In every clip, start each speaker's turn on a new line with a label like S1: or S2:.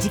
S1: 時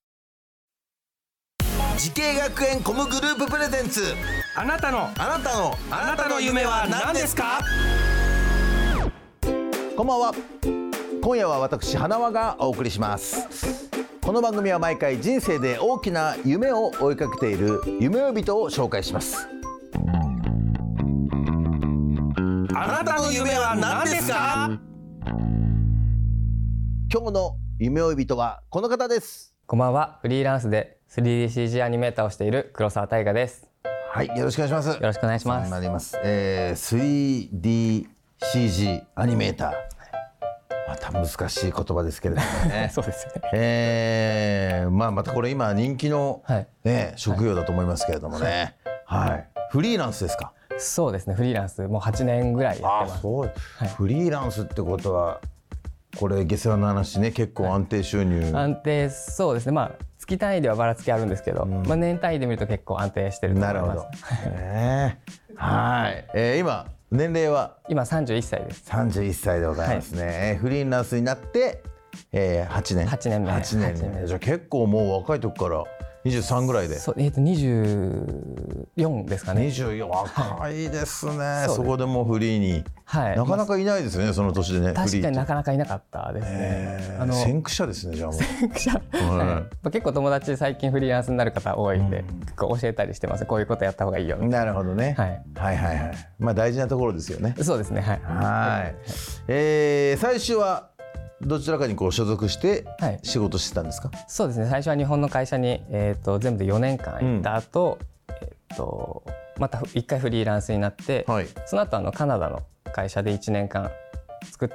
S2: 時系学園コムグループプレゼンツ
S3: あなたの
S2: あなたのあなたの夢は何ですかこんばんは今夜は私花輪がお送りしますこの番組は毎回人生で大きな夢を追いかけている夢追い人を紹介しますあなたの夢は何ですか今日の夢追い人はこの方です
S4: こんばんは。フリーランスで 3DCG アニメーターをしている黒沢大 河です。
S2: はいよろしくお願いします
S4: よろしくお願いしま
S2: な
S4: す。。
S2: ります。えー、3DCG アニメーター。また難しい言葉ですけれどもね
S4: そうですね。
S2: えー、まあまたこれ今人気の、
S4: はい
S2: ね、職業だと思いますけれどもね。はい。フリーランスですか。
S4: そうですね。フリーランスもう8年ぐらいやって
S2: あ
S4: ま
S2: あ、
S4: す。
S2: そう、フリーランスってことは。これ下世話の話ね、結構安定収入。
S4: 安定そうですね。まあ月単位ではばらつきあるんですけど、まあ年単位で見ると結構安定してると思
S2: ないるほ
S4: ま
S2: ど
S4: す。。
S2: ねえはい、えー、今年齢は
S4: 今31歳です。
S2: 三十一歳でございますね。えーフリーランスになって、えー、8年。
S4: 8年目
S2: 八年
S4: 8
S2: 目。
S4: 年
S2: じゃあ結構もう若い時から二十三ぐらいで。
S4: そうえっ、と24ですか
S2: 二
S4: ね。
S2: 十四若いですね。
S4: そうです
S2: そこでもうフリーに、
S4: はい。
S2: なかなかいないですよね。その年でね。フ
S4: 確
S2: リーっ
S4: か
S2: て
S4: になかなかいなかったですね。
S2: え
S4: あ
S2: ー
S4: の
S2: 先駆者ですね。じゃあもう。
S4: はいまあ結構友達で最近フリーランスになる方多いんで、結構教えたりしてます。こういうことやった方がいいよみたいな。
S2: なるほどね。
S4: は
S2: は
S4: い
S2: いはいはい。まあ大事なところですよね。
S4: そうですね。はい。
S2: はい。えー、最初はどちらかにこう所属して
S4: はい
S2: 仕事してたんですか。
S4: そうですね最初は日本の会社に、えー、と全部で4年間行った後、えー、とまた1回フリーランスになって、
S2: はい
S4: その後あのカナダの会社で1年間作っ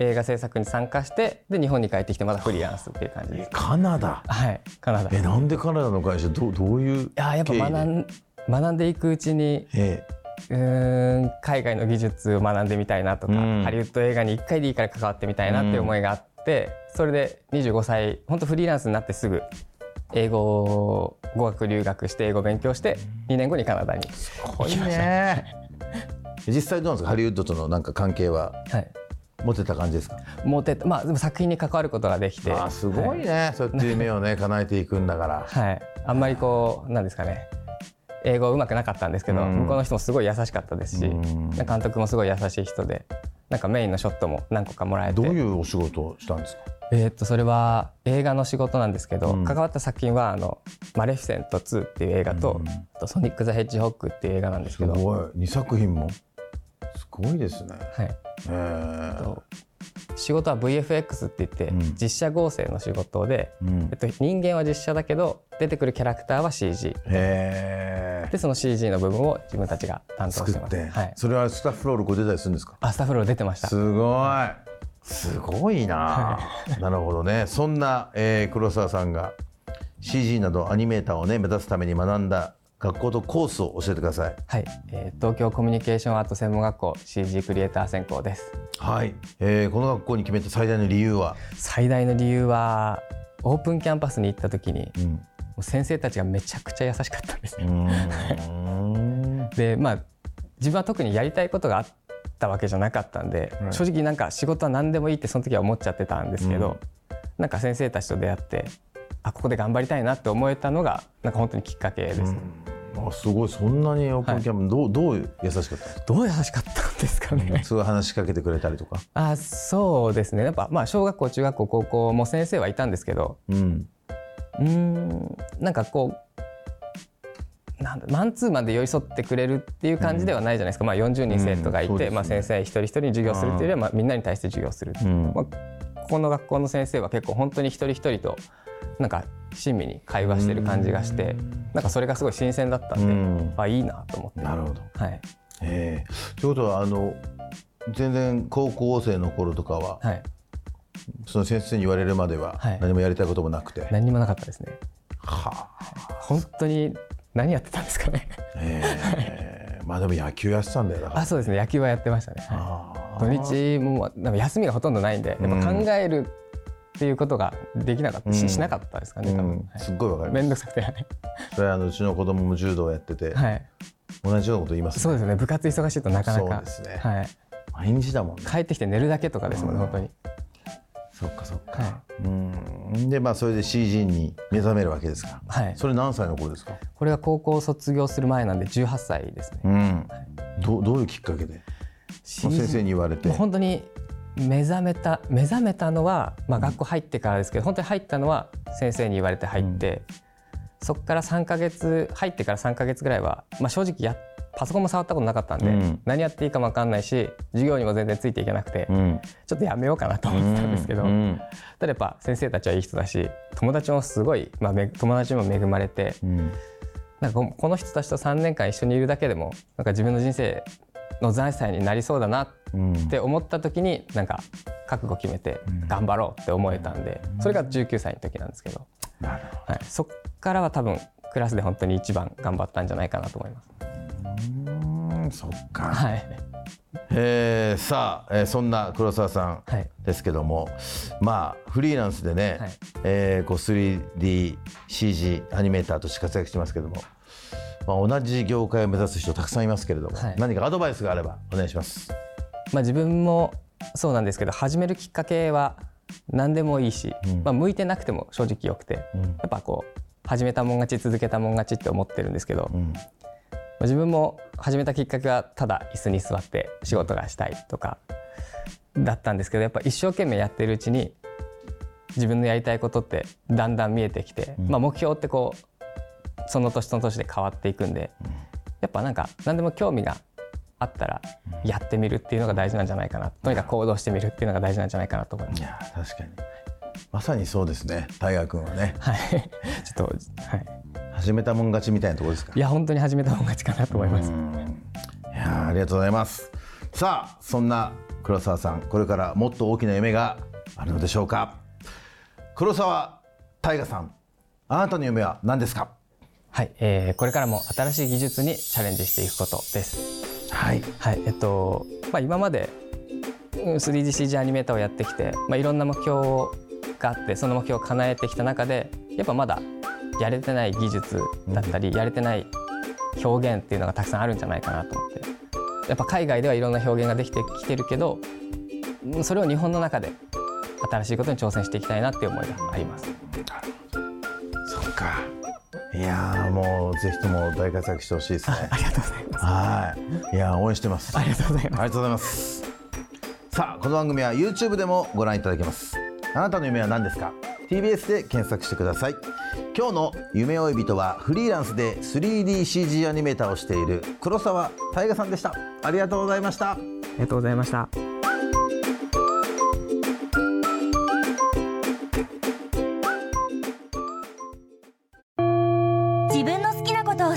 S4: 映画制作に参加してで日本に帰ってきてまたフリーランスっていう感じです。
S2: カナダ。
S4: はい、カナダ
S2: え
S4: い
S2: なんでカナダの会社どうどういう経緯で。
S4: やーやっぱ学ん学んでいくうちに
S2: え
S4: うーん海外の技術を学んでみたいなとか、
S2: うん
S4: ハリウッド映画に1回でいいから関わってみたいなっていう思いがあって、それで25歳本当フリーランスになってすぐ英語を語学留学して英語を勉強して2年後にカナダに行きました、
S2: ね。実際どうなんですかハリウッドとのなんか関係は
S4: はい、
S2: 持てた感じですか。
S4: モテまあでも作品に関わることができて
S2: あーすごい
S4: は
S2: ね、そうやって夢を ね叶えていくんだから。
S4: い、はいあんまりこうなんですかね英語うまくなかったんですけど、
S2: うん
S4: 向こうの人もすごい優しかったですし、
S2: うん
S4: 監督もすごい優しい人でなんかメインのショットも何個かもらえて
S2: どういうお仕事をしたんですか。
S4: えーっとそれは映画の仕事なんですけど、
S2: うん
S4: 関わった作品はあの「マレフィセント2」っていう映画と
S2: う
S4: 「
S2: ん
S4: あとソニック・ザ・ヘッジホック」っていう映画なんで
S2: す
S4: すけど
S2: ごい二作品も。すごいですね。
S4: はい、
S2: えー
S4: と仕事は VFX って言って、
S2: うん
S4: 実写合成の仕事で、
S2: うん
S4: えっと、人間は実写だけど出てくるキャラクターは CG
S2: へー
S4: でその CG の部分を自分たちが担当
S2: 作
S4: してま
S2: っ
S4: す、
S2: て、
S4: はい、
S2: それはスタッフロールこう出たりするんですか。
S4: アスタフロー出てました
S2: すごい。すごいな。なるほどね。そんな、えー黒沢さんが CG などアニメーターをね目指すために学んだ学校とコースを教えてください。
S4: はい、えー東京コミュニケーションアート専門学校 CG クリエイター専攻です
S2: はい。えーこの学校に決めた最大の理由は、
S4: 最大の理由はオープンキャンパスに行った時に
S2: うん、
S4: もう先生たちがめちゃくちゃ優しかったんです
S2: うー
S4: ね。
S2: ん
S4: でまあ自分は特にやりたいことがあったわけじゃなかったんで、
S2: はい
S4: 正直なんか仕事は何でもいいってその時は思っちゃってたんですけど、なんか先生たちと出会ってあここで頑張りたいなって思えたのがなんか本当にきっかけです、ね
S2: あすごいそんなにオープンキャンプ、どうどう優しかったんですか
S4: どう優しかったんですかね
S2: すごい話しかけてくれたりとか、
S4: あそうですねやっぱまあ小学校中学校高校も先生はいたんですけど
S2: うん、
S4: うーんなんかこうなんだマンツーマンで寄り添ってくれるっていう感じではないじゃないですか、まあ、40人生徒がいて、
S2: うんそうですね
S4: まあ、先生一人一人に授業するっていうよりは、まあ、みんなに対して授業する、
S2: うん
S4: まあ、ここの学校の先生は結構本当に一人一人となんか親身に会話してる感じがして、なんかそれがすごい新鮮だったんで、
S2: うん
S4: あいいなと思って。
S2: なるほど。
S4: はい
S2: ええということはあの全然高校生の頃とかは、
S4: はい、
S2: その先生に言われるまでは
S4: はい
S2: 何もやりたいこともなくて、
S4: 何にもなかったですね
S2: は
S4: 本当に何やってたんですかね
S2: あ、え ー、まあでも野球やってたんだよだから
S4: あそうですね野球はやってましたねはい
S2: あ
S4: 土日もなんか休みがほとんどないんでやっぱ考えるっていうことができなかった、
S2: うん
S4: ししなかったですかね
S2: ー
S4: 多
S2: う
S4: 分、
S2: ん、すっごいわか
S4: はい
S2: り
S4: め
S2: ま
S4: ん
S2: す
S4: どくさくて はい、
S2: それはあのうちの子供も柔道やってて、
S4: はい、
S2: 同じようなこと言いますね
S4: そうですよね部活忙しいとなかなか
S2: そうですね
S4: はい、
S2: 毎日だもんね
S4: 帰ってきて寝るだけとかですもんね、
S2: うん
S4: 本当に、
S2: そっかそっか
S4: は
S2: うんでまあそれで CG に目覚めるわけですか
S4: いはい、
S2: それ何歳の頃ですか
S4: これは高校卒業する前なんで18歳ですね、
S2: うんどどういうきっかけで、まあ、先生に言われて
S4: もう本当に目覚めた目覚めたのは、まあ、学校入ってからですけど、本当に入ったのは先生に言われて入って、そこから3ヶ月入ってから3ヶ月ぐらいは、まあ、正直やパソコンも触ったことなかったんで、
S2: うん
S4: 何やっていいかも分かんないし授業にも全然ついていけなくて、
S2: うん
S4: ちょっとやめようかなと思ってたんですけど、
S2: うん
S4: ただやっぱ先生たちはいい人だし友達もすごい、まあ、め友達にも恵まれて
S2: うん
S4: なんかここの人たちと3年間一緒にいるだけでもなんか自分の人生の財産になりそうだなっ
S2: うん
S4: って思った時になんか覚悟決めて頑張ろうって思えたんでそれが19歳の時なんですけど、
S2: なるほ
S4: はい、そっからは多分クラスで本当に一番頑張ったんじゃないかなと思います。
S2: どうんそっか
S4: はい、
S2: えーさあ、えーそんな黒沢さん
S4: はい
S2: ですけども、まあフリーランスでね、
S4: はい
S2: えーこう 3DCG アニメーターとして活躍してますけども、まあ、同じ業界を目指す人たくさんいますけれども、
S4: はい
S2: 何かアドバイスがあればお願いします。
S4: まあ、自分もそうなんですけど始めるきっかけは何でもいいし、
S2: うん
S4: まあ、向いてなくても正直よくて、
S2: うん
S4: やっぱこう始めたもん勝ち続けたもん勝ちって思ってるんですけど、
S2: うん
S4: まあ自分も始めたきっかけはただ椅子に座って仕事がしたいとかだったんですけどやっぱ一生懸命やってるうちに自分のやりたいことってだんだん見えてきて、まあ、目標ってこうその年その年で変わっていくんで、やっぱなんか何でも興味があったらやってみるっていうのが大事なんじゃないかなとにかく行動してみるっていうのが大事なんじゃないかなと思いま
S2: い
S4: す。
S2: やー確かにまさにそうですね大河君はね
S4: はい、 ちょっと、はい、
S2: 始めたもん勝ちみたいなところですか
S4: いや本当に始めた方が勝ちかなと思います。
S2: いやーありがとうございますさあそんな黒沢さんこれからもっと大きな夢があるのでしょうか黒沢大河さんあなたの夢は何ですか
S4: はい、えーこれからも新しい技術にチャレンジしていくことです。
S2: はい
S4: はい、えっと、まあ、今までうん 3DCG アニメーターをやってきて、まあ、いろんな目標があってその目標を叶えてきた中でやっぱまだやれてない技術だったり、やれてない表現っていうのがたくさんあるんじゃないかなと思ってやっぱ海外ではいろんな表現ができてきてるけどうんそれを日本の中で新しいことに挑戦していきたいなっていう思いがあります。
S2: そっかいやーもうぜひとも大活躍してほしいですね
S4: ありがとうございます。
S2: はいいやー応援してます
S4: ありがとうございます。
S2: ありがとうございます。さあ、この番組は YouTube でもご覧いただけます。あなたの夢は何ですか ?TBS で検索してください。今日の夢追い人はフリーランスで 3DCG アニメーターをしている黒沢大河さんでした。ありがとうございました。
S4: ありがとうございました。
S5: 自分の好きなことを